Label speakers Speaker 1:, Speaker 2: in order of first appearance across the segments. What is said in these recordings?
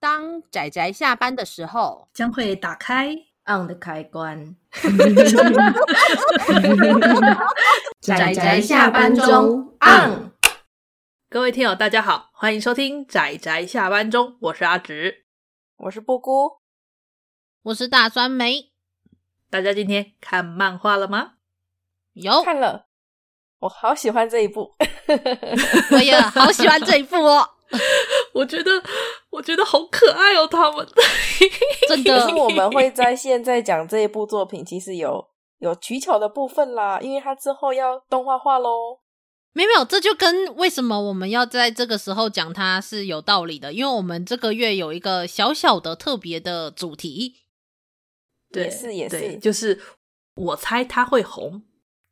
Speaker 1: 当仔仔下班的时候，
Speaker 2: 将会打开
Speaker 3: on 的开 关。
Speaker 1: 宅宅下班中嗯
Speaker 4: 嗯
Speaker 3: on。
Speaker 4: 各位听友，大家好，欢迎收听《宅宅下班中》，我是阿直。
Speaker 5: 我是布姑，
Speaker 1: 我是大酸梅，
Speaker 4: 大家今天看漫画了吗？
Speaker 1: 有，
Speaker 5: 看了，哦我好喜欢这一部，
Speaker 1: 我 也好喜欢这一部哦，
Speaker 4: 我觉得，我觉得好可爱哦，他们。
Speaker 1: 真
Speaker 5: 可
Speaker 1: 的
Speaker 5: 是我们会在现在讲这一部作品，其实有有取巧的部分啦，因为它之后要动画化喽。
Speaker 1: 没有没有，这就跟为什么我们要在这个时候讲它是有道理的，因为我们这个月有一个小小的特别的主题
Speaker 4: 对，
Speaker 5: 也是也
Speaker 4: 对
Speaker 5: 是
Speaker 4: 就是我猜他会红。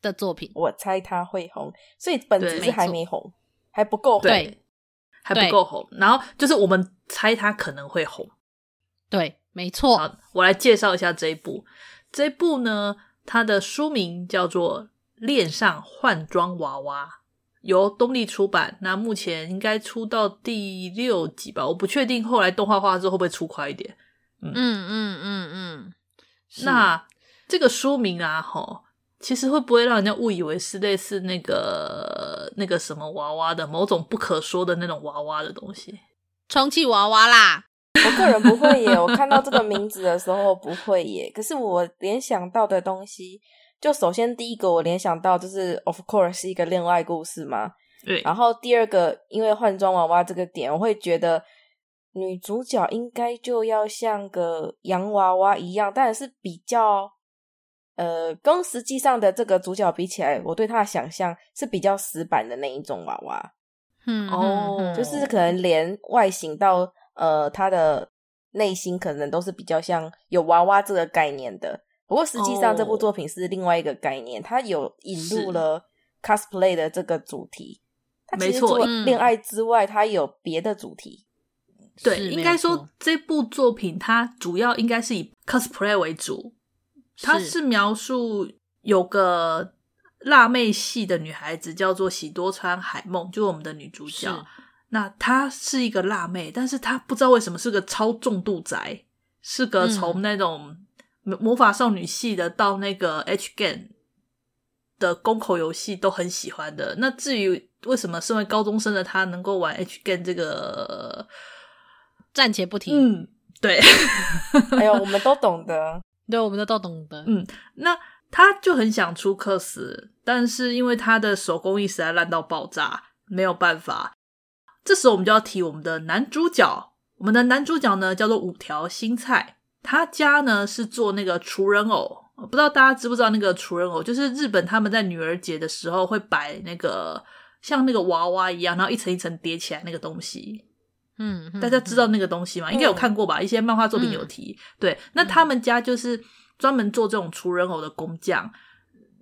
Speaker 1: 的作品，
Speaker 5: 我猜它会红，所以本
Speaker 4: 对
Speaker 5: 质
Speaker 1: 没
Speaker 5: 是
Speaker 1: 错
Speaker 5: 还没红，还不够红。
Speaker 1: 对，
Speaker 4: 还
Speaker 1: 对
Speaker 4: 不够红。然后就是我们猜他可能会红。
Speaker 1: 对，没错，
Speaker 4: 好，我来介绍一下这一部。这一部呢，它的书名叫做《恋上换装娃娃》，由东立出版。那目前应该出到第六集吧，我不确定后来动画化之后会不会出快一点。
Speaker 1: 嗯嗯嗯嗯，是
Speaker 4: 那这个书名啊，吼，其实会不会让人家误以为是类似那个那个什么娃娃的某种不可说的那种娃娃的东西？
Speaker 1: 充气娃娃啦，
Speaker 5: 我个人不会耶，我看到这个名字的时候不会耶。可是我联想到的东西，就首先第一个我联想到就是 of course 是一个恋爱故事嘛。
Speaker 4: 对，
Speaker 5: 然后第二个，因为换装娃娃这个点，我会觉得女主角应该就要像个洋娃娃一样，当然是比较呃，跟实际上的这个主角比起来，我对她的想象是比较死板的那一种娃娃，
Speaker 1: 嗯
Speaker 4: 哦
Speaker 1: 嗯嗯
Speaker 5: 就是可能连外形到呃她的内心，可能都是比较像有娃娃这个概念的。不过实际上，这部
Speaker 4: 哦
Speaker 5: 作品是另外一个概念，它有引
Speaker 4: 是
Speaker 5: 入了 cosplay 的这个主题。它其
Speaker 4: 没
Speaker 5: 实
Speaker 4: 错
Speaker 5: 除了
Speaker 1: 嗯
Speaker 5: 恋爱之外，它有别的主题。
Speaker 4: 对，
Speaker 1: 是
Speaker 4: 应
Speaker 1: 没
Speaker 4: 该
Speaker 1: 有
Speaker 4: 说
Speaker 1: 错
Speaker 4: 这部作品它主要应该是以 cosplay 为主，它
Speaker 1: 是
Speaker 4: 是描述有个辣妹系的女孩子叫做喜多川海梦，就是我们的女主角
Speaker 1: 是。
Speaker 4: 那她是一个辣妹，但是她不知道为什么是个超重度宅，是个
Speaker 1: 嗯
Speaker 4: 从那种魔魔法少女系的到那个 H Game 的公口游戏都很喜欢的。那至于为什么身为高中生的她能够玩 H Game 这个
Speaker 1: 暂且不提，
Speaker 4: 嗯，对，
Speaker 5: 哎呦，我们都懂得，
Speaker 1: 对，我们都都懂的，
Speaker 4: 嗯那他就很想出克死，但是因为他的手工艺实在烂到爆炸，没有办法。这时候我们就要提我们的男主角，我们的男主角呢叫做五条新菜，他家呢是做那个除人偶，呃不知道大家知不知道那个除人偶，就是日本他们在女儿节的时候会摆那个像那个娃娃一样，然后一层一层叠起来那个东西，
Speaker 1: 嗯，嗯
Speaker 4: 大家知道那个东西吗？应该有看过吧？一些漫画作品有提。对，那他
Speaker 1: 嗯
Speaker 4: 们家就是专门做这种除人偶的工匠。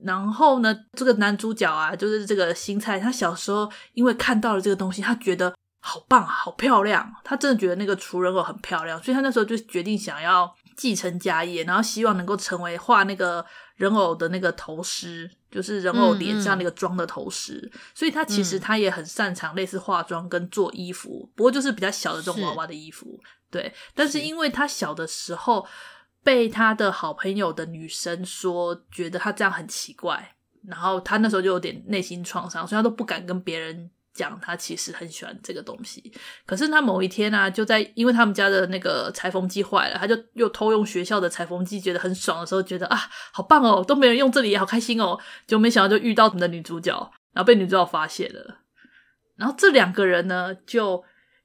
Speaker 4: 然后呢，这个男主角啊，就是这个新菜，他小时候因为看到了这个东西，他觉得好棒、啊好漂亮，他真的觉得那个除人偶很漂亮，所以他那时候就决定想要继承家业，然后希望能够成为画那个人偶的那个头师，就是人偶脸上那个妆的头师。所以他其实
Speaker 1: 嗯
Speaker 4: 他也很擅长类似化妆跟做衣服，不过就是比较小的这种
Speaker 1: 是
Speaker 4: 娃娃的衣服。对，但是因为他小的时候被他的好朋友的女生说，觉得他这样很奇怪，然后他那时候就有点内心创伤，所以他都不敢跟别人讲他其实很喜欢这个东西。可是他某一天啊，就在因为他们家的那个裁缝机坏了，他就又偷用学校的裁缝机，觉得很爽的时候，觉得啊好棒哦，都没人用这里，好开心哦。就没想到就遇到我们的女主角，然后被女主角发现了。然后这两个人呢，就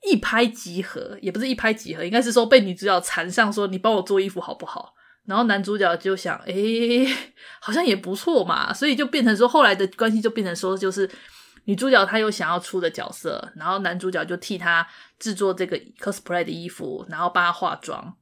Speaker 4: 一拍即合，也不是一拍即合，应该是说被女主角缠上，说你帮我做衣服好不好？然后男主角就想，诶、好像也不错嘛，所以就变成说，后来的关系就变成说，就是女主角她有想要出的角色，然后男主角就替她制作这个 cosplay 的衣服，然后帮她化妆。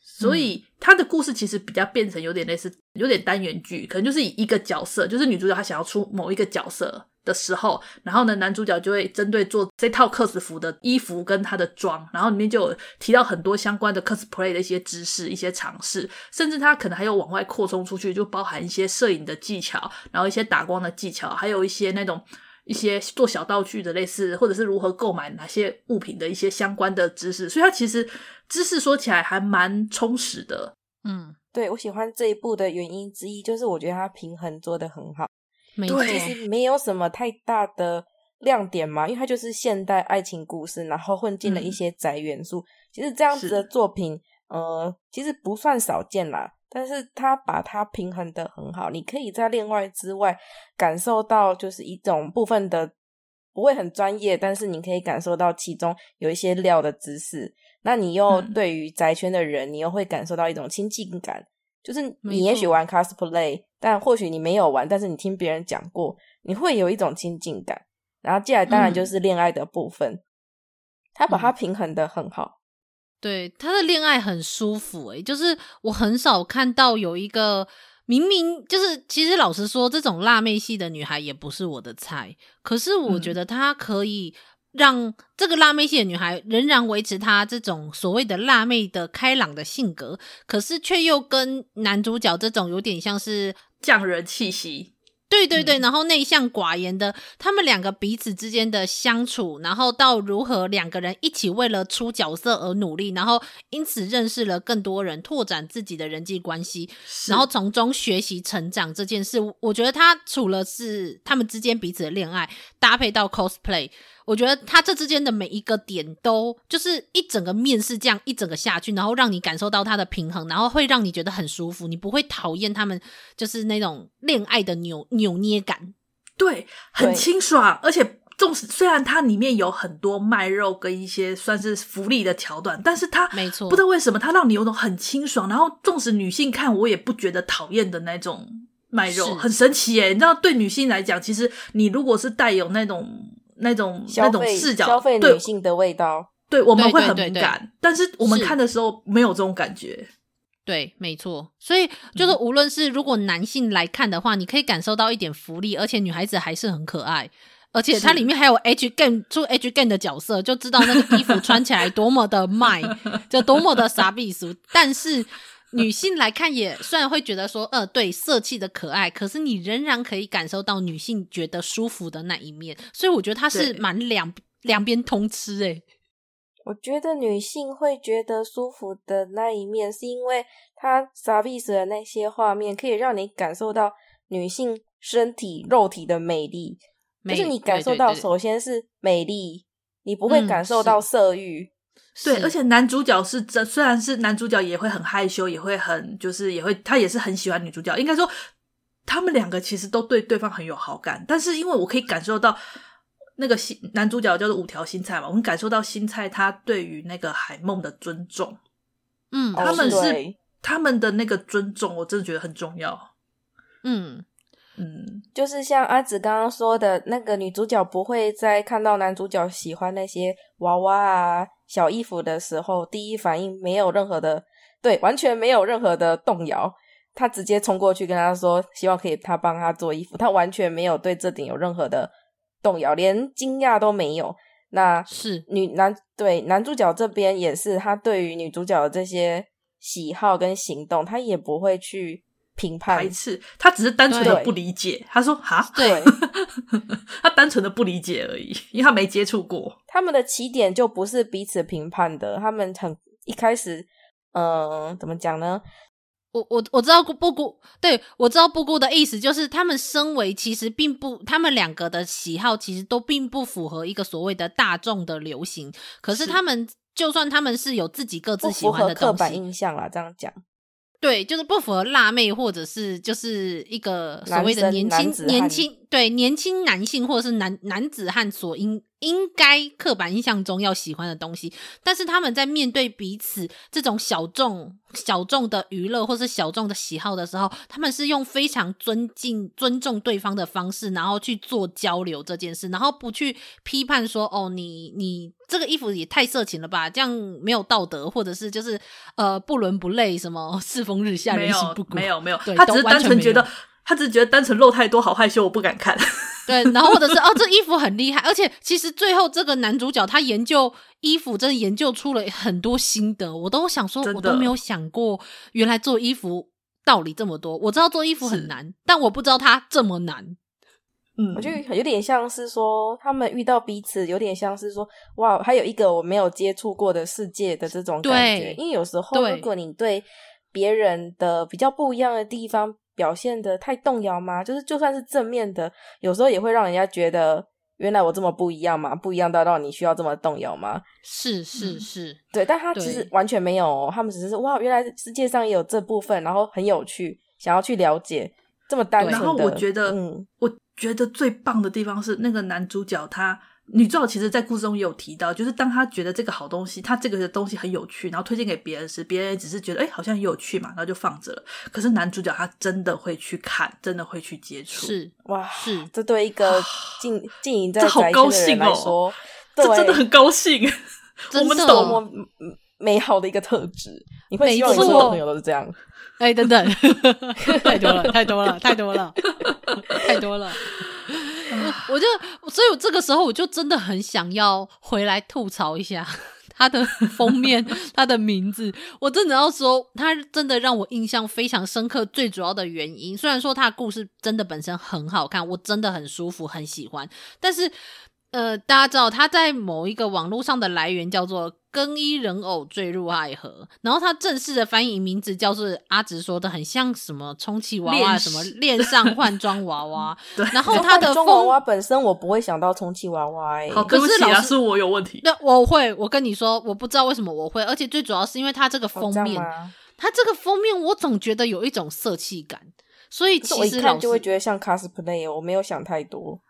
Speaker 4: 所以她的故事其实比较变成有点类似，有点单元剧，可能就是以一个角色，就是女主角她想要出某一个角色的时候，然后呢，男主角就会针对做这套 cos 服的衣服跟她的妆，然后里面就有提到很多相关的 cosplay 的一些知识、一些尝试，甚至他可能还有往外扩充出去，就包含一些摄影的技巧，然后一些打光的技巧，还有一些那种一些做小道具的类似，或者是如何购买哪些物品的一些相关的知识，所以它其实知识说起来还蛮充实的。
Speaker 1: 嗯，
Speaker 5: 对我喜欢这一部的原因之一，就是我觉得它平衡做得很好，
Speaker 1: 没错
Speaker 4: 对，
Speaker 5: 其实没有什么太大的亮点嘛，因为它就是现代爱情故事，然后混进了一些宅元素。其实这样子的
Speaker 4: 嗯是
Speaker 5: 作品，呃，其实不算少见啦，但是它把它平衡的很好，你可以在恋爱之外感受到就是一种部分的。不会很专业，但是你可以感受到其中有一些料的知识。那你又
Speaker 4: 嗯
Speaker 5: 对于宅圈的人，你又会感受到一种亲近感，就是
Speaker 1: 没
Speaker 5: 你也
Speaker 1: 错
Speaker 5: 许玩 cosplay，但或许你没有玩，但是你听别人讲过，你会有一种亲近感。然后接下来当
Speaker 1: 嗯
Speaker 5: 然就是恋爱的部分，他把它平衡的很好。
Speaker 1: 对，他的恋爱很舒服、欸，诶，就是我很少看到有一个明明就是，其实老实说，这种辣妹系的女孩也不是我的菜，可是我觉
Speaker 4: 嗯
Speaker 1: 得她可以让这个辣妹系的女孩仍然维持她这种所谓的辣妹的开朗的性格，可是却又跟男主角这种有点像是
Speaker 4: 匠人气息，
Speaker 1: 对对对，
Speaker 4: 嗯
Speaker 1: 然后内向寡言的，他们两个彼此之间的相处，然后到如何两个人一起为了出角色而努力，然后因此认识了更多人，拓展自己的人际关系，
Speaker 4: 是
Speaker 1: 然后从中学习成长这件事，我觉得他除了是他们之间彼此的恋爱，搭配到 cosplay，我觉得他这之间的每一个点都就是一整个面试这样一整个下去，然后让你感受到它的平衡，然后会让你觉得很舒服，你不会讨厌他们就是那种恋爱的扭扭捏感。
Speaker 4: 对，很
Speaker 5: 对
Speaker 4: 清爽，而且纵使虽然它里面有很多卖肉跟一些算是福利的桥段，但是它
Speaker 1: 没错
Speaker 4: 不知道为什么它让你有种很清爽，然后纵使女性看我也不觉得讨厌的那种卖
Speaker 1: 是
Speaker 4: 肉，很神奇耶！你知道，对女性来讲，其实你如果是带有那种。那种那
Speaker 5: 消
Speaker 4: 种
Speaker 5: 费
Speaker 4: 视角，
Speaker 5: 消费
Speaker 4: 对
Speaker 5: 女性的味道，
Speaker 4: 对，我
Speaker 1: 对
Speaker 4: 们会
Speaker 1: 对
Speaker 4: 很
Speaker 1: 对
Speaker 4: 敏
Speaker 1: 对
Speaker 4: 感，但是我们
Speaker 1: 是
Speaker 4: 看的时候没有这种感觉。
Speaker 1: 对，没错。所以就是
Speaker 5: 嗯
Speaker 1: 无论是如果男性来看的话，你可以感受到一点福利，而且女孩子还是很可爱。而且它
Speaker 4: 是
Speaker 1: 里面还有 H Game 出 H Game 的角色，就知道那个衣服穿起来多么 的卖，就多么的傻逼俗。但是女性来看也，虽然会觉得说，呃，对，色气的可爱，可是你仍然可以感受到女性觉得舒服的那一面。所以我觉得它是
Speaker 4: 对
Speaker 1: 蛮两两边通吃欸诶、
Speaker 5: 我觉得女性会觉得舒服的那一面，是因为它 s a v i s 的那些画面，可以让你感受到女性身体肉体的美丽，就
Speaker 1: 没
Speaker 5: 是你感受
Speaker 1: 对对
Speaker 5: 到，
Speaker 1: 对
Speaker 5: 首先是美丽，你不会
Speaker 1: 嗯
Speaker 5: 感受
Speaker 1: 是
Speaker 5: 到色欲。
Speaker 4: 对，
Speaker 1: 是
Speaker 4: 而且男主角是真，虽然是男主角也会很害羞，也会很就是也会他也是很喜欢女主角。应该说，他们两个其实都对对方很有好感，但是因为我可以感受到那个新男主角叫做五条新菜嘛，我们感受到新菜他对于那个海梦的尊重，
Speaker 1: 嗯，
Speaker 5: 哦
Speaker 4: 他们是
Speaker 5: 对
Speaker 4: 他们的那个尊重，我真的觉得很重要。
Speaker 1: 嗯，
Speaker 4: 嗯，
Speaker 5: 就是像阿紫刚刚说的，那个女主角不会在看到男主角喜欢那些娃娃啊、小衣服的时候，第一反应没有任何的，对，完全没有任何的动摇，她直接冲过去跟他说，希望可以他帮她做衣服，她完全没有对这点有任何的动摇，连惊讶都没有。那
Speaker 1: 是
Speaker 5: 女男对男主角这边也是，他对于女主角的这些喜好跟行动，他也不会去评判
Speaker 4: 排，斥他只是单纯的
Speaker 5: 对
Speaker 4: 不理解，他说哈，
Speaker 5: 对。
Speaker 4: 他单纯的不理解而已，因为他没接触过。
Speaker 5: 他们的起点就不是彼此评判的，他们很一开始，嗯、怎么讲呢？
Speaker 1: 我我我知道布谷，对我知道布谷的意思就是，他们身为其实并不，他们两个的喜好其实都并不符合一个所谓的大众的流行。可是
Speaker 4: 是
Speaker 1: 他们就算他们是有自己各
Speaker 5: 不
Speaker 1: 自喜
Speaker 5: 符
Speaker 1: 欢
Speaker 5: 合
Speaker 1: 的
Speaker 5: 刻
Speaker 1: 东
Speaker 5: 板
Speaker 1: 西，
Speaker 5: 印象啦，这样讲，
Speaker 1: 对，就是不符合辣妹或者是就是一个所谓的
Speaker 5: 男生
Speaker 1: 年
Speaker 5: 男子
Speaker 1: 轻
Speaker 5: 汉
Speaker 1: 年轻对年轻男性或者是男男子汉所应应该刻板印象中要喜欢的东西，但是他们在面对彼此这种小众小众的娱乐或是小众的喜好的时候，他们是用非常尊敬、尊重对方的方式，然后去做交流这件事，然后不去批判说哦，你你这个衣服也太色情了吧，这样没有道德，或者是就是呃不伦不类，什么 世风日下，
Speaker 4: 没
Speaker 1: 人心
Speaker 4: 有
Speaker 1: 不古，
Speaker 4: 没有没有
Speaker 1: 对，
Speaker 4: 他
Speaker 1: 都
Speaker 4: 只是
Speaker 1: 完
Speaker 4: 单
Speaker 1: 全
Speaker 4: 纯
Speaker 1: 没
Speaker 4: 觉
Speaker 1: 有
Speaker 4: 得，他只是觉得单纯露太多，好害羞，我不敢看。
Speaker 1: 对，然后或者是哦，这衣服很厉害，而且其实最后这个男主角他研究衣服，真的研究出了很多心得，我都想说，
Speaker 4: 真
Speaker 1: 我
Speaker 4: 的
Speaker 1: 都没有想过，原来做衣服道理这么多。我知道做衣服
Speaker 4: 是
Speaker 1: 很难，但我不知道它这么难。
Speaker 4: 嗯，
Speaker 5: 我觉得有点像是说，他们遇到彼此，有点像是说，哇，还有一个我没有接触过的世界的这种感觉。
Speaker 1: 对
Speaker 5: 因为有时候，
Speaker 1: 对
Speaker 5: 如果你对别人的比较不一样的地方表现的太动摇嘛，就是就算是正面的，有时候也会让人家觉得，原来我这么不一样嘛，不一样到让你需要这么动摇吗？
Speaker 1: 是是
Speaker 4: 嗯
Speaker 1: 是，
Speaker 5: 对，但他其实
Speaker 1: 对
Speaker 5: 完全没有、哦，他们只是哇，原来世界上也有这部分，然后很有趣，想要去了解，这么单纯
Speaker 1: 对
Speaker 5: 的。
Speaker 4: 然后我觉得，
Speaker 5: 嗯，
Speaker 4: 我觉得最棒的地方是那个男主角他。女主角其实，在故事中也有提到，就是当他觉得这个好东西，他这个东西很有趣，然后推荐给别人时，别人只是觉得哎、好像很有趣嘛，然后就放着了。可是男主角他真的会去看，真的会去接触，
Speaker 1: 是
Speaker 5: 哇，
Speaker 1: 是
Speaker 5: 这对 一个经经营在
Speaker 4: 这好
Speaker 5: 宅
Speaker 4: 高
Speaker 5: 圈的人
Speaker 4: 兴
Speaker 5: 来
Speaker 4: 哦
Speaker 5: 说，
Speaker 4: 这真的
Speaker 5: 对，
Speaker 4: 很高兴。我
Speaker 1: 真
Speaker 4: 们
Speaker 1: 的哦
Speaker 5: 多么嗯美好的一个特质。你会希望你
Speaker 1: 没
Speaker 5: 所
Speaker 1: 错
Speaker 5: 有朋友都是这样，
Speaker 1: 哎、等 等，太多了，太多了，太多了，太多了。我我就，所以我这个时候我就真的很想要回来吐槽一下它的封面， 它的名字。我真的要说，它真的让我印象非常深刻。最主要的原因，虽然说它的故事真的本身很好看，我真的很舒服，很喜欢，但是。呃，大家知道它在某一个网络上的来源叫做“更衣人偶坠入爱河”，然后它正式的翻译名字叫做阿直说的，很像什么充气娃娃，
Speaker 4: 恋
Speaker 1: 什么
Speaker 4: 尸，
Speaker 1: 恋上换装娃 娃
Speaker 4: 对
Speaker 1: 然后它的
Speaker 5: 换
Speaker 1: 风
Speaker 5: 装娃娃本身我不会想到充气娃娃、欸，
Speaker 4: 好，
Speaker 1: 可
Speaker 4: 对不
Speaker 1: 是
Speaker 4: 起
Speaker 1: 老
Speaker 4: 啊，
Speaker 1: 师
Speaker 4: 是我有问题。
Speaker 1: 那我会，我跟你说，我不知道为什么我会，而且最主要是因为它这个
Speaker 5: 哦
Speaker 1: 封
Speaker 5: 这样
Speaker 1: 面，
Speaker 5: 吗？
Speaker 1: 它这个封面我总觉得有一种色气感，所以
Speaker 5: 可是我
Speaker 1: 其
Speaker 5: 一
Speaker 1: 实
Speaker 5: 看
Speaker 1: 老
Speaker 5: 就会
Speaker 1: 师
Speaker 5: 觉得像 cosplay，哦我没有想太多。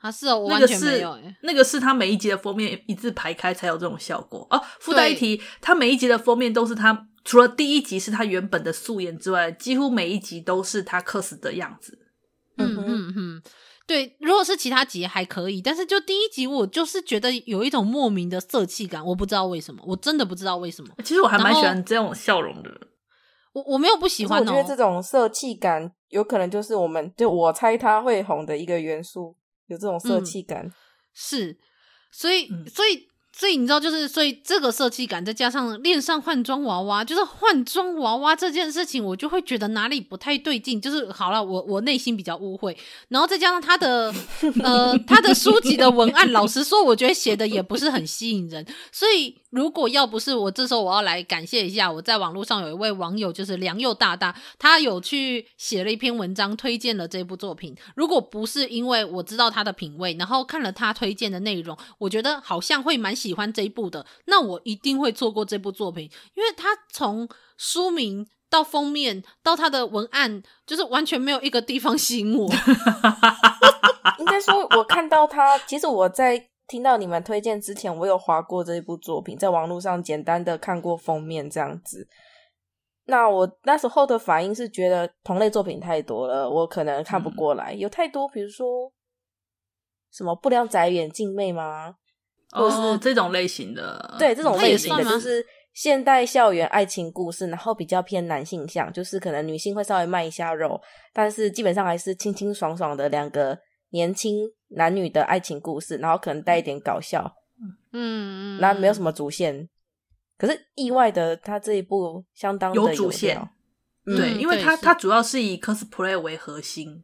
Speaker 1: 啊是哦，我
Speaker 4: 那
Speaker 1: 完
Speaker 4: 个
Speaker 1: 全没
Speaker 4: 是
Speaker 1: 有哎，
Speaker 4: 那个是他每一集的封面一字排开才有这种效果哦。附带一
Speaker 1: 对
Speaker 4: 提，他每一集的封面都是他除了第一集是他原本的素颜之外，几乎每一集都是他 cos 的样子。
Speaker 1: 嗯
Speaker 5: 嗯哼
Speaker 1: 嗯嗯，对，如果是其他集还可以，但是就第一集我就是觉得有一种莫名的色气感，我不知道为什么，我真的不知道为什么，
Speaker 4: 其实我还蛮
Speaker 1: 然后
Speaker 4: 喜欢这种笑容的。
Speaker 1: 我我没有不喜
Speaker 5: 可是
Speaker 1: 欢
Speaker 5: 我觉得这
Speaker 1: 哦，
Speaker 5: 种色气感有可能就是我们就我猜它会红的一个元素，有这种色
Speaker 1: 嗯
Speaker 5: 气感。
Speaker 1: 是，所以
Speaker 4: 嗯
Speaker 1: 所以。所以你知道，就是所以这个色气感，再加上恋上换装娃娃，就是换装娃娃这件事情，我就会觉得哪里不太对劲。就是好了，我我内心比较误会，然后再加上他的 呃他的书籍的文案，老实说，我觉得写的也不是很吸引人。所以如果要不是我这时候我要来感谢一下，我在网络上有一位网友就是良佑大大，他有去写了一篇文章推荐了这部作品。如果不是因为我知道他的品味，然后看了他推荐的内容，我觉得好像会蛮喜欢这一部的，那我一定会错过这部作品，因为他从书名。到封面，到他的文案，就是完全没有一个地方吸引我。
Speaker 5: 应该说，我看到它，其实我在听到你们推荐之前，我有划过这一部作品，在网络上简单的看过封面这样子。那我那时候的反应是觉得同类作品太多了，我可能
Speaker 1: 嗯
Speaker 5: 看不过来，有太多，比如说什么不良宅眼镜妹吗？或是
Speaker 4: 哦，这种类型的，
Speaker 5: 对，这种
Speaker 1: 它
Speaker 5: 类
Speaker 1: 也
Speaker 5: 型
Speaker 1: 算吗
Speaker 5: 的就是现代校园爱情故事，然后比较偏男性向，就是可能女性会稍微卖一下肉，但是基本上还是清清爽爽的两个年轻男女的爱情故事，然后可能带一点搞笑，
Speaker 1: 嗯，嗯
Speaker 5: 然后没有什
Speaker 1: 么。
Speaker 5: 么主线。可是意外的，他这一部相当的
Speaker 4: 有主线
Speaker 5: 料
Speaker 4: 对，
Speaker 1: 嗯
Speaker 4: 因为
Speaker 1: 对
Speaker 4: 它
Speaker 1: 是
Speaker 4: 它主要是以 cosplay 为核心，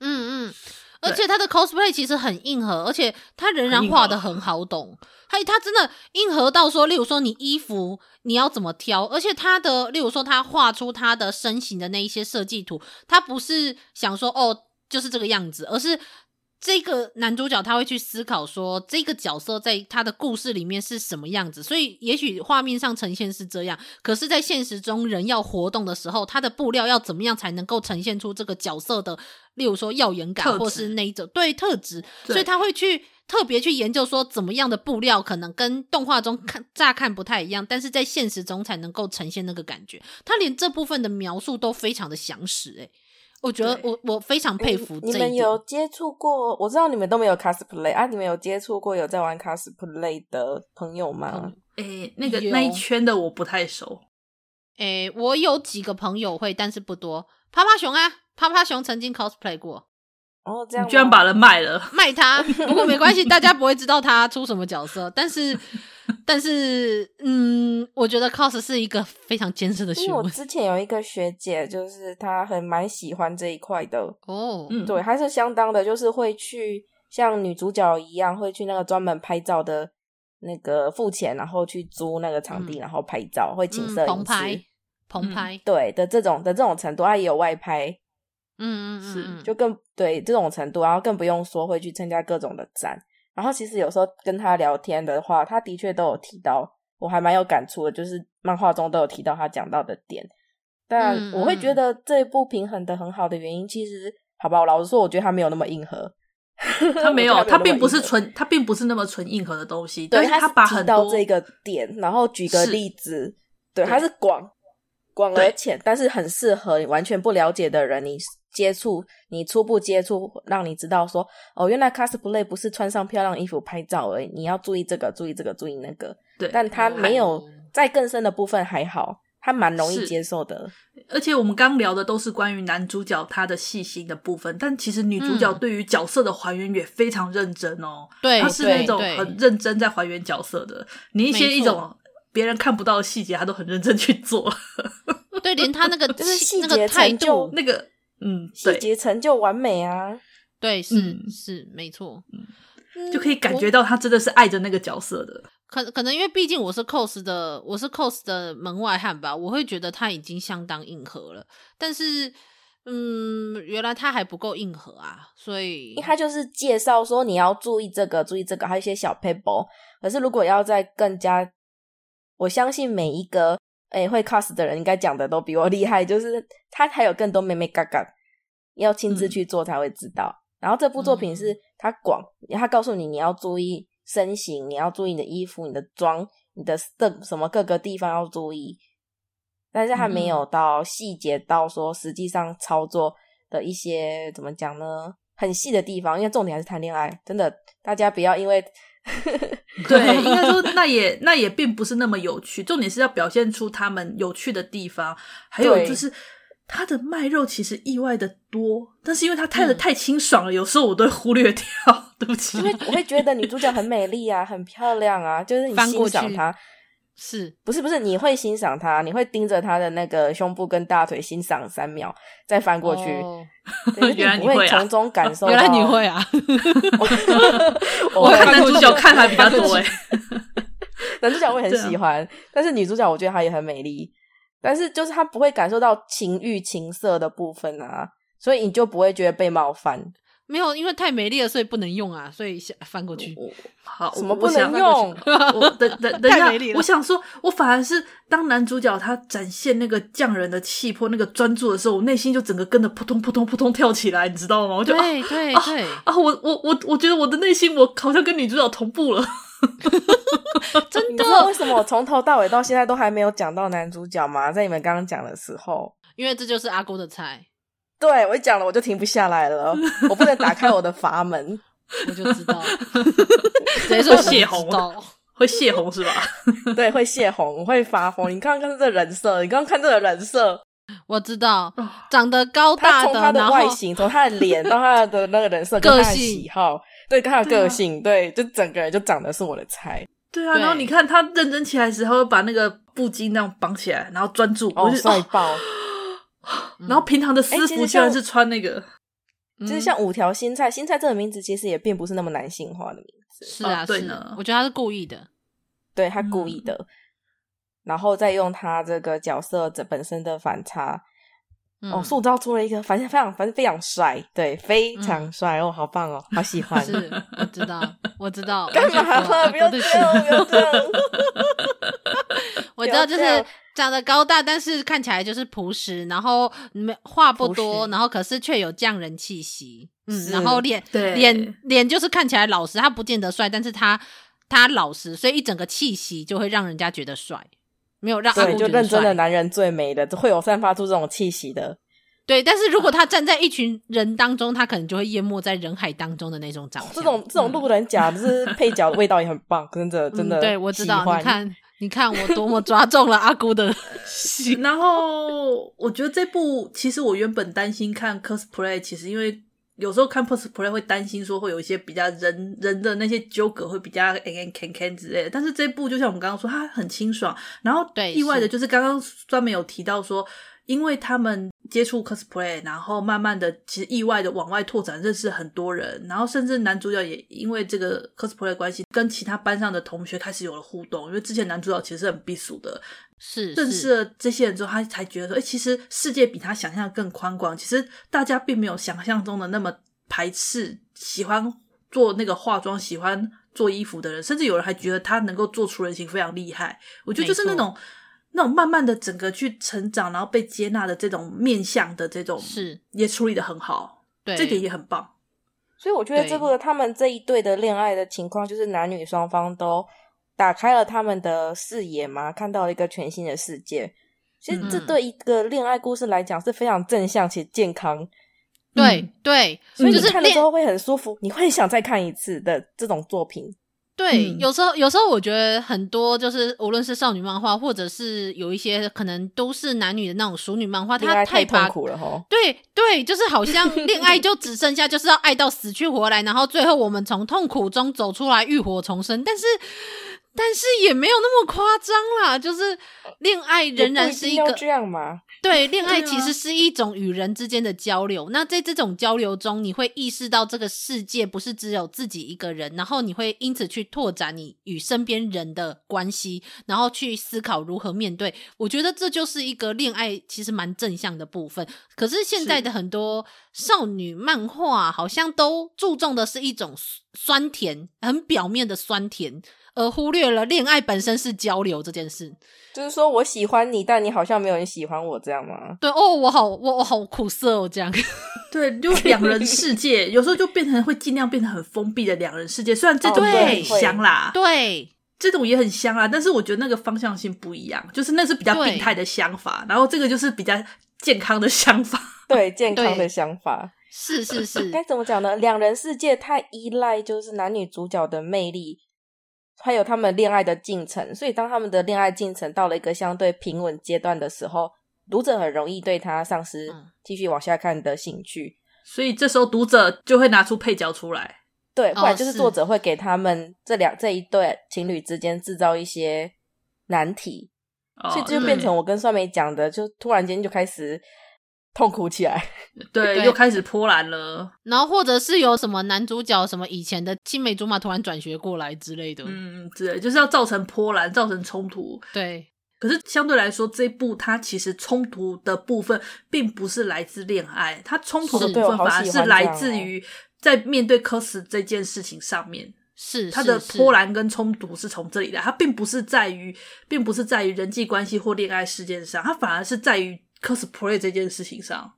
Speaker 1: 嗯嗯，
Speaker 4: 对
Speaker 1: 而且他的 cosplay 其实很硬核，而且他仍然
Speaker 4: 很硬核
Speaker 1: 画的很好懂，他他真的硬核到说，例如说你衣服你要怎么挑，而且他的例如说他画出他的身形的那一些设计图，他不是想说哦就是这个样子，而是。这个男主角他会去思考说，这个角色在他的故事里面是什么样子，所以也许画面上呈现是这样，可是，在现实中人要活动的时候，他的布料要怎么样才能够呈现出这个角色的，例如说耀眼
Speaker 4: 特
Speaker 1: 感，
Speaker 4: 质
Speaker 1: 或是那一种对特质，
Speaker 4: 对
Speaker 1: 所以他会去特别去研究说怎么样的布料可能跟动画中看乍看不太一样，但是在现实中才能够呈现那个感觉。他连这部分的描述都非常的详实、欸，我觉得
Speaker 4: 对
Speaker 1: 我我非常佩服
Speaker 5: 你
Speaker 1: 这
Speaker 5: 们
Speaker 1: 一点
Speaker 5: 有。接触过？我知道你们都没有 cosplay 啊，你们有接触过有在玩 cosplay 的朋友吗？
Speaker 4: 诶，那个
Speaker 1: 有
Speaker 4: 那一圈的我不太熟，
Speaker 1: 诶、我有几个朋友会，但是不多。趴趴熊啊，趴趴熊曾经 cosplay 过，
Speaker 5: 哦，这
Speaker 4: 你
Speaker 5: 样
Speaker 4: 居然
Speaker 5: 吗
Speaker 4: 把人卖了，
Speaker 1: 卖他，不过没关系，大家不会知道他出什么角色。但是，但是，嗯，我觉得 cos 是一个非常艰深的
Speaker 5: 因
Speaker 1: 学
Speaker 5: 为我
Speaker 1: 问
Speaker 5: 之前有一个学姐，就是她很蛮喜欢这一块的，
Speaker 1: 哦。
Speaker 4: 嗯，
Speaker 5: 对，她是相当的，就是会去像女主角一样，会去那个专门拍照的那个付钱，然后去租那个场地，
Speaker 1: 嗯
Speaker 5: 然后拍照，会请
Speaker 1: 嗯
Speaker 5: 摄
Speaker 1: 棚
Speaker 5: 影
Speaker 1: 拍
Speaker 5: 师，，
Speaker 1: 棚拍，
Speaker 5: 对的这种的这种程度，她也有外拍，
Speaker 1: 嗯嗯嗯
Speaker 4: 是
Speaker 1: 嗯，
Speaker 5: 就更对这种程度，然后更不用说会去参加各种的展。然后其实有时候跟他聊天的话，他的确都有提到，我还蛮有感触的，就是漫画中都有提到他讲到的点。但
Speaker 1: 嗯
Speaker 5: 我会觉
Speaker 1: 嗯
Speaker 5: 得这一部平衡的很好的原因，其实好吧，我老实说，我觉得他没有那么硬核。
Speaker 4: 他没
Speaker 5: 我
Speaker 4: 有，
Speaker 5: 觉得
Speaker 4: 他
Speaker 5: 没有
Speaker 4: 并
Speaker 5: 那么
Speaker 4: 不是
Speaker 5: 硬核，
Speaker 4: 纯，他并不是那么纯硬核的东西，但
Speaker 5: 对，
Speaker 4: 是
Speaker 5: 他
Speaker 4: 他
Speaker 5: 是
Speaker 4: 把
Speaker 5: 提
Speaker 4: 很
Speaker 5: 到
Speaker 4: 多
Speaker 5: 这个点，然后举个
Speaker 4: 是
Speaker 5: 例子，对，
Speaker 4: 对
Speaker 5: 他是广广而
Speaker 4: 对
Speaker 5: 浅，但是很适合你完全不了解的人，你接触，你初步接触，让你知道说，哦，原来 cosplay 不是穿上漂亮衣服拍照而已，你要注意这个，注意这个，注意那个。
Speaker 4: 对，嗯
Speaker 5: 但他没有
Speaker 1: 哦
Speaker 5: 在更深的部分还好，他蛮容易
Speaker 4: 是
Speaker 5: 接受的。
Speaker 4: 而且我们刚聊的都是关于男主角他的细心的部分，但其实女主角
Speaker 1: 嗯
Speaker 4: 对于角色的还原也非常认真哦。
Speaker 1: 对，
Speaker 4: 她是
Speaker 1: 对
Speaker 4: 那种
Speaker 1: 对
Speaker 4: 很认真在还原角色的，你一些
Speaker 1: 没错
Speaker 4: 一种别人看不到的细节，她都很认真去做。
Speaker 1: 对，连他那个
Speaker 5: 就是
Speaker 1: 气
Speaker 5: 细
Speaker 1: 那
Speaker 5: 节
Speaker 1: 个态
Speaker 5: 成
Speaker 1: 度
Speaker 5: 就，
Speaker 4: 那个，嗯，
Speaker 5: 细
Speaker 4: 对，
Speaker 5: 节成就完美啊！
Speaker 1: 对，是、
Speaker 4: 嗯
Speaker 1: 是没错，
Speaker 5: 嗯
Speaker 4: 就可以感
Speaker 1: 我
Speaker 4: 觉到她真的是爱着那个角色的。
Speaker 1: 可可能因为毕竟我是 cos 的，我是 cos 的门外汉吧，我会觉得他已经相当硬核了。但是，嗯，原来他还不够硬核啊，所以
Speaker 5: 因为他就是介绍说你要注意这个，注意这个，还有一些小 paper。可是如果要再更加，我相信每一个诶、会 cos 的人应该讲的都比我厉害，就是他还有更多妹妹嘎嘎，要亲自
Speaker 4: 嗯
Speaker 5: 去做才会知道。然后这部作品是他广，他告诉你你要注意身形，你要注意你的衣服、你的妆、你的的什么各个地方要注意，但是他
Speaker 1: 嗯
Speaker 5: 没有到细节到说实际上操作的一些怎么讲呢？很细的地方，因为重点还是谈恋爱。真的，大家不要 因为
Speaker 4: 对，应该说那也那也并不是那么有趣，重点是要表现出他们有趣的地方，还有
Speaker 5: 对
Speaker 4: 就是它的卖肉其实意外的多，但是因为它太的
Speaker 1: 嗯
Speaker 4: 太清爽了，有时候我都会忽略掉，对不起
Speaker 5: 因。为我会觉得女主角很美丽啊，很漂亮啊，就是你
Speaker 1: 翻过
Speaker 5: 欣
Speaker 1: 去
Speaker 5: 赏她，
Speaker 1: 是
Speaker 5: 不是不是，你会欣赏她，你会盯着她的那个胸部跟大腿欣赏三秒，再翻过去，
Speaker 1: 哦
Speaker 5: 对
Speaker 4: 原来你
Speaker 5: 你不会
Speaker 4: 会啊
Speaker 5: 从中感受到。
Speaker 1: 原来你 会啊，
Speaker 5: 我
Speaker 4: 我
Speaker 5: 会
Speaker 4: 看男
Speaker 1: 过
Speaker 4: 主
Speaker 1: 去
Speaker 4: 角看还比较多哎、
Speaker 5: 男主角我也很
Speaker 4: 对啊
Speaker 5: 喜欢，但是女主角我觉得她也很美丽，但是就是她不会感受到情欲情色的部分啊，所以你就不会觉得被冒犯。
Speaker 1: 没有，因为太美丽了，所以不能用啊，所以想翻过去。
Speaker 4: 好，
Speaker 5: 什
Speaker 4: 我
Speaker 5: 么不能？用
Speaker 4: 我想 我等等等一
Speaker 1: 太
Speaker 4: 下
Speaker 1: 美丽，了
Speaker 4: 我想说，我反而是当男主角他展现那个匠人的气魄、那个专注的时候，我内心就整个跟着扑通扑通扑通跳起来，你知道吗？我就啊
Speaker 1: 对对
Speaker 4: 啊
Speaker 1: 对，
Speaker 4: 啊，我我我我觉得我的内心我好像跟女主角同步了。
Speaker 5: 你知道为什么我从头到尾到现在都还没有讲到男主角吗？在你们刚刚讲的时候，
Speaker 1: 因为这就是阿姑的菜，
Speaker 5: 对我一讲了我就停不下来了，我不能打开我的阀门。
Speaker 1: 我就知 道，直接说我
Speaker 4: 泄
Speaker 1: 就
Speaker 4: 洪
Speaker 1: 知道。
Speaker 4: 会泄洪是吧？
Speaker 5: 对，会泄洪，我会发疯。你刚刚看这人设，你刚刚看这个人设，
Speaker 1: 我知道
Speaker 4: 哦，
Speaker 1: 长得高
Speaker 5: 他
Speaker 1: 大
Speaker 5: 从他的
Speaker 1: 然
Speaker 5: 外
Speaker 1: 后
Speaker 5: 形，从他的脸到他的那个人设，跟
Speaker 1: 个
Speaker 5: 他的
Speaker 1: 性
Speaker 5: 喜好，对，跟他的
Speaker 4: 对啊
Speaker 5: 个性，对，就整个人就长得是我的菜。
Speaker 4: 对啊，
Speaker 1: 对
Speaker 4: 然后你看他认真起来的时候，他会把那个布巾那样绑起来，然后专注，
Speaker 5: 哦
Speaker 4: 我，就
Speaker 5: 帅
Speaker 4: 哦。
Speaker 5: 爆！
Speaker 4: 然后平常的私
Speaker 5: 哎其实
Speaker 4: 服居然
Speaker 5: 像
Speaker 4: 是穿那个，
Speaker 1: 嗯
Speaker 5: 就是像五条新菜，新菜这个名字其实也并不是那么男性化的名字，
Speaker 1: 是啊，
Speaker 4: 哦对
Speaker 1: 是
Speaker 4: 呢
Speaker 1: 我觉得他是故意的，
Speaker 5: 对他故
Speaker 1: 嗯
Speaker 5: 意的，然后再用他这个角色这本身的反差，
Speaker 1: 嗯、
Speaker 5: 哦，塑造出了一个反正非常反正非常帅，对，非常帅、哦，好棒哦，好喜欢。
Speaker 1: 嗯是， 我知道，我知道。
Speaker 5: 干
Speaker 1: 我想
Speaker 5: 嘛
Speaker 1: 说啊
Speaker 5: 不要
Speaker 1: 对
Speaker 5: 这
Speaker 1: 不起
Speaker 5: 样，不要 这样。
Speaker 1: 我知道，就
Speaker 5: 不要这
Speaker 1: 是
Speaker 5: 样
Speaker 1: 长得高大，但是看起来就是朴实，然后没话不
Speaker 5: 朴
Speaker 1: 多，
Speaker 5: 实
Speaker 1: 然后可是却有匠人气息。嗯，
Speaker 5: 是
Speaker 1: 然后脸
Speaker 4: 对
Speaker 1: 脸脸就是看起来老实，他不见得帅，但是他他老实，所以一整个气息就会让人家觉得帅，没有让阿
Speaker 5: 对，
Speaker 1: 姑
Speaker 5: 就
Speaker 1: 觉得
Speaker 5: 认真的
Speaker 1: 帅。
Speaker 5: 男人最美的，会有散发出这种气息的。
Speaker 1: 对，但是如
Speaker 5: 嗯
Speaker 1: 果他站在一群人当中，他可能就会淹没在人海当中的那种长相。
Speaker 5: 这种这种路人甲，就是配角的味道也很棒，真的真的、
Speaker 1: 嗯对我知
Speaker 5: 喜
Speaker 1: 道，
Speaker 5: 欢
Speaker 1: 你看，你看我多么抓中了阿姑的 心。
Speaker 4: 然后我觉得这部其实我原本担心看 cosplay，其实因为有时候看 post play 会担心说会有一些比较人人的那些纠葛会比较 n n can can 之类的，但是这部就像我们刚刚说，它很清爽。然后
Speaker 1: 对
Speaker 4: 意外的
Speaker 1: 是
Speaker 4: 就是刚刚专门有提到说，因为他们接触 cosplay，然后慢慢的其实意外的往外拓展，认识很多人，然后甚至男主角也因为这个 cosplay 的关系，跟其他班上的同学开始有了互动，因为之前男主角其实是很避暑的，
Speaker 1: 是
Speaker 4: 认
Speaker 1: 是
Speaker 4: 识了这些人之后，他才觉得说，哎、其实世界比他想象更宽广。其实大家并没有想象中的那么排斥喜欢做那个化妆、喜欢做衣服的人，甚至有人还觉得他能够做出人形非常厉害。我觉得就是那种那种慢慢的整个去成长，然后被接纳的这种面向的这种，
Speaker 1: 是，
Speaker 4: 也处理的很好，
Speaker 1: 对，
Speaker 4: 这点也很 棒。
Speaker 5: 所以我觉得
Speaker 1: 对
Speaker 5: 这个他们这一对的恋爱的情况，就是男女双方都打开了他们的视野嘛，看到了一个全新的世界。其实这
Speaker 1: 嗯
Speaker 5: 对一个恋爱故事来讲是非常正向且健康，
Speaker 1: 对、
Speaker 4: 嗯
Speaker 1: 对，
Speaker 5: 所以
Speaker 1: 就
Speaker 5: 你
Speaker 1: 是
Speaker 5: 看了
Speaker 1: 恋
Speaker 5: 之后会很舒服，你会想再看一次的这种作品。
Speaker 1: 对，
Speaker 4: 嗯
Speaker 1: 有时候有时候我觉得很多就是无论是少女漫画，或者是有一些可能都市男女的那种熟女漫画，
Speaker 5: 恋爱
Speaker 1: 它
Speaker 5: 太痛
Speaker 1: 啊把
Speaker 5: 苦了吼。
Speaker 1: 对对，就是好 像恋爱就只剩下就是要爱到死去活来，然后最后我们从痛苦中走出来，浴火重生。但是但是也没有那么夸张啦，就是恋爱
Speaker 5: 也
Speaker 1: 仍然
Speaker 5: 不
Speaker 1: 是
Speaker 5: 定
Speaker 1: 一
Speaker 5: 要
Speaker 1: 个
Speaker 5: 这样嘛？
Speaker 1: 对，恋爱
Speaker 4: 对
Speaker 1: 其
Speaker 4: 啊
Speaker 1: 实是一种与人之间的交流。那在这种交流中，你会意识到这个世界不是只有自己一个人，然后你会因此去拓展你与身边人的关系，然后去思考如何面对。我觉得这就是一个恋爱其实蛮正向的部分。可是现在
Speaker 4: 是
Speaker 1: 的很多少女漫画好像都注重的是一种酸甜，很表面的酸甜，而忽略了恋爱本身是交流这件事。
Speaker 5: 就是说我喜欢你，但你好像没有人喜欢我这样吗？
Speaker 1: 对哦，我好我我好苦涩哦，这样。
Speaker 4: 对，就两 人世界，有时候就变成会尽量变成很封闭的两人世界。虽然这种
Speaker 1: 哦
Speaker 4: 也很
Speaker 1: 对
Speaker 4: 香啦，
Speaker 1: 对，
Speaker 4: 这种也很香啊，但是我觉得那个方向性不一样，就是那是比较
Speaker 1: 对
Speaker 4: 病态的想法，然后这个就是比较健康的想法。
Speaker 5: 对，健康
Speaker 1: 对
Speaker 5: 的想法
Speaker 1: 是是是，
Speaker 5: 该怎么讲呢？两人世界太依赖就是男女主角的魅力，还有他们恋爱的进程，所以当他们的恋爱进程到了一个相对平稳阶段的时候，读者很容易对他丧失
Speaker 1: 嗯
Speaker 5: 继续往下看的兴趣。
Speaker 4: 所以这时候读者就会拿出配角出来，
Speaker 5: 对，
Speaker 1: 哦
Speaker 5: 或者就是
Speaker 1: 是
Speaker 5: 作者会给他们这两这一对情侣之间制造一些难题，
Speaker 4: 哦、
Speaker 5: 所以这就变
Speaker 1: 嗯
Speaker 5: 成我跟酸梅讲的，就突然间就开始痛苦起来。
Speaker 4: 对，
Speaker 1: 对
Speaker 4: 又开始波澜了。
Speaker 1: 然后或者是有什么男主角什么以前的青梅竹马突然转学过来之类的，
Speaker 4: 嗯，对，就是要造成波澜，造成冲突。
Speaker 1: 对，
Speaker 4: 可是相对来说，这一部它其实冲突的部分并不是来自恋爱，它冲突的
Speaker 1: 是
Speaker 4: 部分
Speaker 5: 对我好
Speaker 4: 反而
Speaker 5: 喜
Speaker 4: 是
Speaker 5: 欢这
Speaker 4: 来
Speaker 5: 样
Speaker 4: 自
Speaker 5: 哦
Speaker 4: 于在面对科斯这件事情上面。
Speaker 1: 是
Speaker 4: 它的
Speaker 1: 是是
Speaker 4: 波澜跟冲突是从这里来，它并不是在于，并不是在于人际关系或恋爱事件上，它反而是在于 cosplay 这件事情上。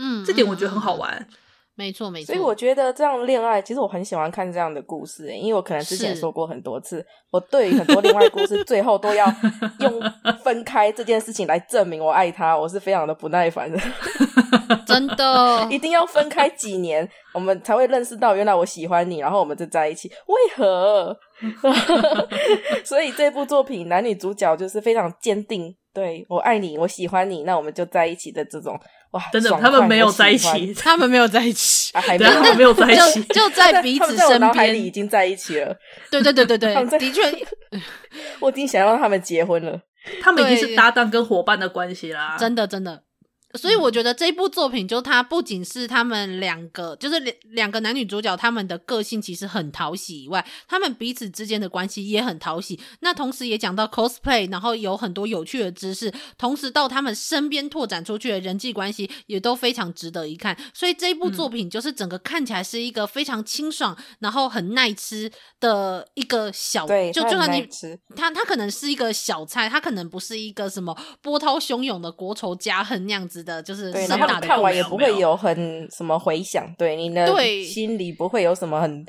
Speaker 1: 嗯，
Speaker 4: 这点我觉得很
Speaker 1: 嗯，
Speaker 4: 好
Speaker 1: 嗯嗯
Speaker 4: 玩。
Speaker 1: 没错没错，
Speaker 5: 所以我觉得这样恋爱，其实我很喜欢看这样的故事、欸因为我可能之前
Speaker 1: 是
Speaker 5: 说过很多次，我对于很多恋爱 故事最后都要用分开这件事情来证明我爱他，我是非常的不耐烦的，
Speaker 4: 哦
Speaker 1: 真的
Speaker 5: 一定要分开几年，我们才会认识到原来我喜欢你，然后我们就在一起，为何？ 所以这部作品男女主角就是非常坚定，对我爱你，我喜欢你，那我们就在一起的这种哇，
Speaker 4: 真的，
Speaker 5: 爽
Speaker 4: 他们
Speaker 5: 快
Speaker 4: 没有在一，
Speaker 5: 我喜欢。
Speaker 4: 起，
Speaker 1: 他们没有在一起
Speaker 5: 啊、还没
Speaker 4: 对，
Speaker 5: 有
Speaker 4: 他们没有在一
Speaker 1: 就
Speaker 4: 起。
Speaker 1: 就在彼
Speaker 5: 他们
Speaker 1: 此
Speaker 5: 在我
Speaker 1: 身
Speaker 5: 脑海里已
Speaker 1: 边，
Speaker 5: 经在一起了。
Speaker 1: 对对对对对
Speaker 5: 他，们在
Speaker 1: 的确，
Speaker 5: 我已经想让他们结婚了。
Speaker 4: 他们已经
Speaker 1: 对
Speaker 4: 是搭档跟伙伴的关系
Speaker 5: 啊
Speaker 4: 啦。
Speaker 1: 真的真的。所以我觉得这部作品，就它不仅是他们两个，就是两两个男女主角他们的个性其实很讨喜以外，他们彼此之间的关系也很讨喜。那同时也讲到 cosplay，然后有很多有趣的知识，同时到他们身边拓展出去的人际关系也都非常值得一看。所以这部作
Speaker 5: 嗯
Speaker 1: 品就是整个看起来是一个非常清爽，然后很耐吃的一个小，
Speaker 5: 对，
Speaker 1: 就
Speaker 5: 他
Speaker 1: 就
Speaker 5: 很
Speaker 1: 算
Speaker 5: 耐
Speaker 1: 你
Speaker 5: 吃，
Speaker 1: 它它可能是一个小菜，它可能不是一个什么波涛汹涌的国仇家恨那样子的，就是
Speaker 5: 对，
Speaker 1: 盛
Speaker 5: 然
Speaker 1: 大
Speaker 5: 后
Speaker 1: 的
Speaker 5: 你看完
Speaker 1: 故
Speaker 5: 也
Speaker 1: 事
Speaker 5: 不会有很什么回响，对你的
Speaker 1: 对
Speaker 5: 心里不会有什么很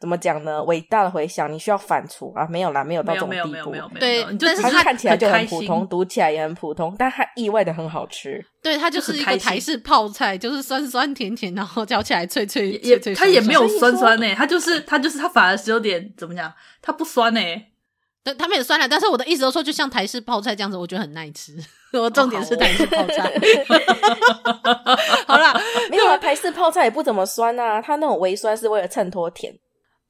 Speaker 5: 怎么讲呢？伟大的回响，你需要反刍啊，没有啦，没有到
Speaker 4: 没
Speaker 5: 这
Speaker 4: 有
Speaker 5: 种
Speaker 4: 没
Speaker 5: 地
Speaker 4: 有没有
Speaker 5: 步
Speaker 4: 没。有没有，
Speaker 1: 对
Speaker 4: 没有你就
Speaker 1: 但
Speaker 4: 只
Speaker 1: 是
Speaker 5: 它
Speaker 1: 它
Speaker 5: 看起来就
Speaker 4: 开
Speaker 5: 很
Speaker 4: 心
Speaker 5: 普通，读起来也很普通，但它意外的很好吃。
Speaker 1: 对，它就
Speaker 4: 就是很
Speaker 1: 一
Speaker 4: 开
Speaker 1: 个
Speaker 4: 心
Speaker 1: 台式泡菜，就是酸酸甜甜，然后嚼起来脆脆，
Speaker 4: 也也
Speaker 1: 脆脆
Speaker 4: 他也
Speaker 1: 爽
Speaker 4: 没
Speaker 1: 爽
Speaker 4: 有
Speaker 5: 所以
Speaker 4: 酸
Speaker 5: 说
Speaker 4: 酸呢、他就是他就是他反而是有点怎么讲，他不酸呢、欸
Speaker 1: 对，他们也酸了，但是我的意思都说，就像台式泡菜这样子，我觉得很耐吃。我重
Speaker 4: 哦
Speaker 1: 点是台式泡菜。好啦，
Speaker 5: 没有啊，台式泡菜也不怎么酸啊，它那种微酸是为了衬托甜。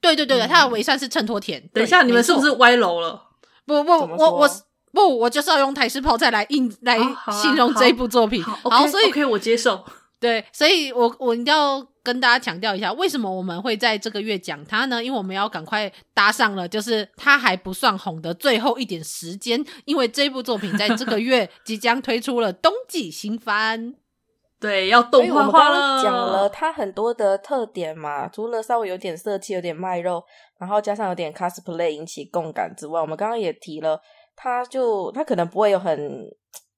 Speaker 1: 对对对对，它的尾算是衬托甜。
Speaker 4: 嗯等一下，
Speaker 1: 对
Speaker 4: 你们是不？是
Speaker 1: 没错
Speaker 4: 歪楼了？
Speaker 1: 不不，
Speaker 5: 怎么
Speaker 1: 我
Speaker 5: 说
Speaker 1: 我是不，我就是要用台式泡菜来印来
Speaker 4: 啊哦好啊
Speaker 1: 形容这一部作品。
Speaker 4: 好
Speaker 1: 好，
Speaker 4: ，OK，
Speaker 1: 所以
Speaker 4: OK，我接受。
Speaker 1: 对，所以我我一定要跟大家强调一下，为什么我们会在这个月讲它呢？因为我们要赶快搭上了，就是它还不算红的最后一点时间，因为这部作品在这个 月即将推出了冬季新番。
Speaker 4: 对，要
Speaker 5: 所以
Speaker 4: 动
Speaker 5: 我
Speaker 4: 画
Speaker 5: 们
Speaker 4: 化
Speaker 5: 刚
Speaker 4: 了。
Speaker 5: 刚讲了它很多的特点嘛，除了稍微有点色气、有点卖肉，然后加上有点 cosplay 引起共感之外，我们刚刚也提了，它就它可能不会有很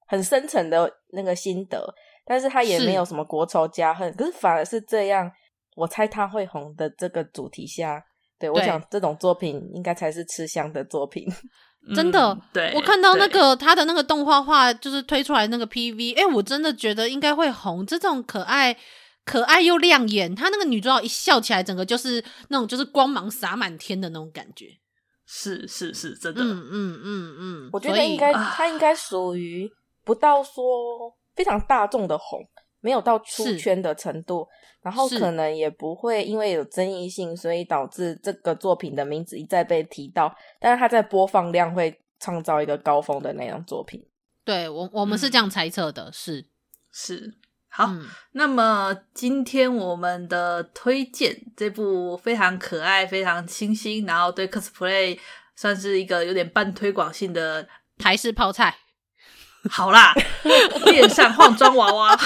Speaker 5: 很深层的那个心得，但是它也
Speaker 1: 是
Speaker 5: 没有什么国仇家恨，可是反而是这样，我猜它会红的这个主题下。对，我
Speaker 1: 对
Speaker 5: 想这种作品应该才是吃香的作品。
Speaker 4: 嗯
Speaker 1: 真的
Speaker 4: 对
Speaker 5: 哎
Speaker 1: 我看到那
Speaker 4: 对
Speaker 1: 个它的那个动画化，就是推出来那个 PV，哎、我真的觉得应该会红。这种可爱、可爱又亮眼，她那个女主角一笑起来，整个就是那种就是光芒洒满天的那种感觉。
Speaker 4: 是是是，真的。
Speaker 1: 嗯嗯嗯嗯，
Speaker 5: 我觉
Speaker 1: 所
Speaker 5: 得
Speaker 1: 以
Speaker 5: 应该，
Speaker 4: 啊
Speaker 5: 它应该属于不到说非常大众的红，没有到出
Speaker 1: 是
Speaker 5: 圈的程度，然后
Speaker 1: 是
Speaker 5: 可能也不会因为有争议性，所以导致这个作品的名字一再被提到，但是它在播放量会创造一个高峰的那样作品。
Speaker 1: 对我我们是这样猜测的，是
Speaker 4: 是好，
Speaker 1: 嗯
Speaker 4: 那么今天我们的推荐这部非常可爱、非常清新，然后对 cosplay 算是一个有点半推广性的，
Speaker 1: 台式泡菜。
Speaker 4: 好啦，恋上化妆娃娃。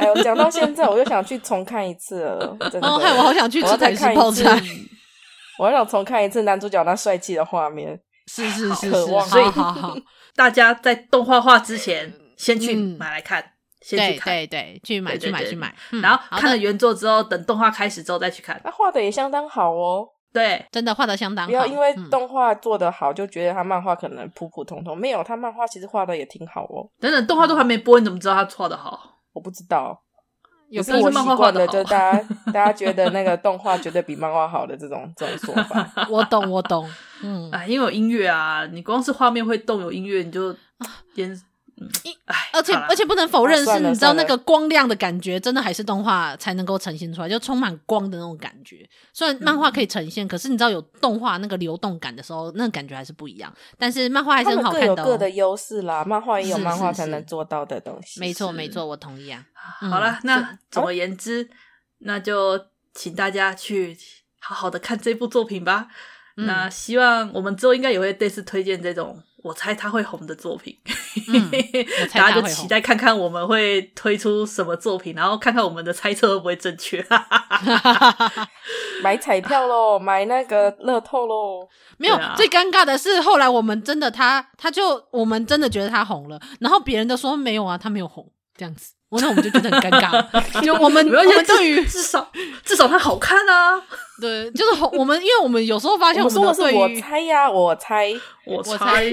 Speaker 5: 哎呦，讲到现在我就想去重看一次了，真的。
Speaker 1: 哦，害我好想去
Speaker 5: 我要
Speaker 1: 吃
Speaker 5: 再
Speaker 1: 台式
Speaker 5: 看
Speaker 1: 泡
Speaker 5: 一次
Speaker 1: 菜。，
Speaker 5: 我要想重看一次男主角那帅气的画面。
Speaker 1: 是是是
Speaker 5: 渴
Speaker 1: 是，
Speaker 5: 望
Speaker 1: 所以好 好，
Speaker 4: 大家在动画化之前，先去
Speaker 1: 嗯
Speaker 4: 买来看，先
Speaker 1: 对
Speaker 4: 去看，
Speaker 1: 对对，去买
Speaker 4: 对
Speaker 1: 去
Speaker 4: 对
Speaker 1: 买
Speaker 4: 对
Speaker 1: 去买，嗯
Speaker 4: 然后
Speaker 1: 好
Speaker 4: 看了
Speaker 1: 的，
Speaker 4: 原作之后，等动画开始之后再去看。
Speaker 5: 那画的也相当好哦，
Speaker 4: 对，
Speaker 1: 真的画的相当好，
Speaker 5: 不要因为
Speaker 1: 嗯
Speaker 5: 动画做得好就觉得他漫画可能普普通通，没有，他漫画其实画的也挺好哦。
Speaker 4: 等等动画都还没播，你怎么知道他画的好？
Speaker 5: 我不知道，
Speaker 1: 有
Speaker 5: 可
Speaker 4: 但
Speaker 5: 是
Speaker 4: 是
Speaker 5: 我
Speaker 4: 漫
Speaker 5: 习
Speaker 4: 画画
Speaker 5: 惯
Speaker 4: 得
Speaker 5: 了，
Speaker 4: 好
Speaker 5: 就大家大家觉得那个动画绝对比漫画好的这种这种说法。
Speaker 1: 我懂我懂， 嗯，
Speaker 4: 哎，因为有音乐啊，你光是画面会动，有音乐你就演，
Speaker 1: 啊
Speaker 4: 嗯
Speaker 1: 一
Speaker 4: 哎，
Speaker 1: 而且
Speaker 4: 好啦
Speaker 1: 而且不能否认
Speaker 5: 啊
Speaker 1: 是，
Speaker 5: 算了
Speaker 1: 你知道
Speaker 5: 算
Speaker 1: 那
Speaker 5: 了
Speaker 1: 个光亮的感觉，真的还是动画才能够呈现出来，就充满光的那种感觉。虽然漫画可以呈现，可是你知道有动画那个流动感的时候，那个感觉还是不一样。但是漫画还是
Speaker 5: 他
Speaker 1: 很
Speaker 5: 们
Speaker 1: 好
Speaker 5: 各
Speaker 1: 看
Speaker 5: 有
Speaker 1: 的、
Speaker 5: 各
Speaker 1: 哦
Speaker 5: 的。优势啦，漫画也有
Speaker 1: 是
Speaker 5: 漫画
Speaker 1: 是
Speaker 5: 才能
Speaker 1: 是
Speaker 5: 做到的东西。
Speaker 1: 没错
Speaker 4: 是
Speaker 1: 没错，我同意啊。嗯
Speaker 4: 好了，那总而言之，那就请大家去好好的看这部作品吧。
Speaker 1: 嗯
Speaker 4: 那希望我们之后应该也会类似推荐这种我猜他会红的作品，
Speaker 1: 嗯我猜它
Speaker 4: 大
Speaker 1: 会
Speaker 4: 家就
Speaker 1: 红
Speaker 4: 期待看看我们会推出什么作品，然后看看我们的猜测会不会正确。
Speaker 1: 嗯
Speaker 5: 买彩票喽，买那个乐透喽。
Speaker 1: 没有，
Speaker 4: 对啊
Speaker 1: 最尴尬的是后来我们真的他，他就我们真的觉得他红了，然后别人都说没有啊，他没有红，这样子，我那我们就觉得很尴 尬，就我们
Speaker 4: 没关
Speaker 1: 我
Speaker 4: 系
Speaker 1: 们对于
Speaker 4: 至少至少它好看啊！
Speaker 1: 对就是红我们，因为我们有时候发现
Speaker 5: 我们说
Speaker 1: 的
Speaker 5: 的是
Speaker 1: 对
Speaker 5: 我
Speaker 1: 于
Speaker 5: 猜呀，我猜。
Speaker 4: 我
Speaker 1: 我
Speaker 4: 猜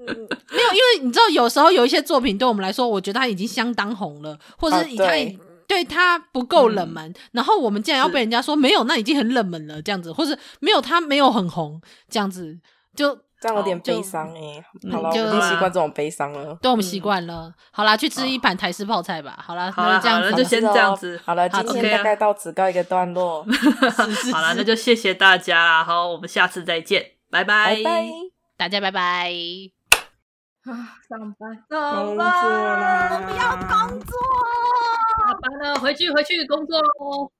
Speaker 1: 没有，因为你知道，有时候有一些作品对我们来说，我觉得它已经相当红了，或者
Speaker 5: 啊
Speaker 1: 是它已、
Speaker 5: 对嗯
Speaker 1: 对它不够冷门，然后我们竟然要
Speaker 4: 是
Speaker 1: 被人家说没有，那已经很冷门了，这样子，或者没有它没有很红，这样子，就
Speaker 5: 这样有点
Speaker 1: 好就
Speaker 5: 悲伤哎、
Speaker 4: 嗯
Speaker 5: 好了，我
Speaker 1: 就
Speaker 5: 已经习惯这种悲伤了。
Speaker 1: 对我们
Speaker 4: 嗯
Speaker 1: 习惯了。好啦，去吃一盘台式泡菜吧。好啦，
Speaker 4: 好
Speaker 1: 那
Speaker 4: 啦
Speaker 1: 嗯就这样
Speaker 4: 好啦
Speaker 1: 子，
Speaker 4: 那就先这样子
Speaker 5: 好了，
Speaker 1: 好
Speaker 5: 今天
Speaker 4: OK 啊
Speaker 5: 大概到此告一个段落，
Speaker 4: 好了，那就谢谢大家啦，好，我们下次再见，拜
Speaker 5: 拜拜。
Speaker 1: 大家拜拜。
Speaker 4: 啊，上班，
Speaker 5: 工
Speaker 4: 上
Speaker 5: 作
Speaker 4: 班，
Speaker 5: 啦！
Speaker 4: 下班了，回去回去工作喽。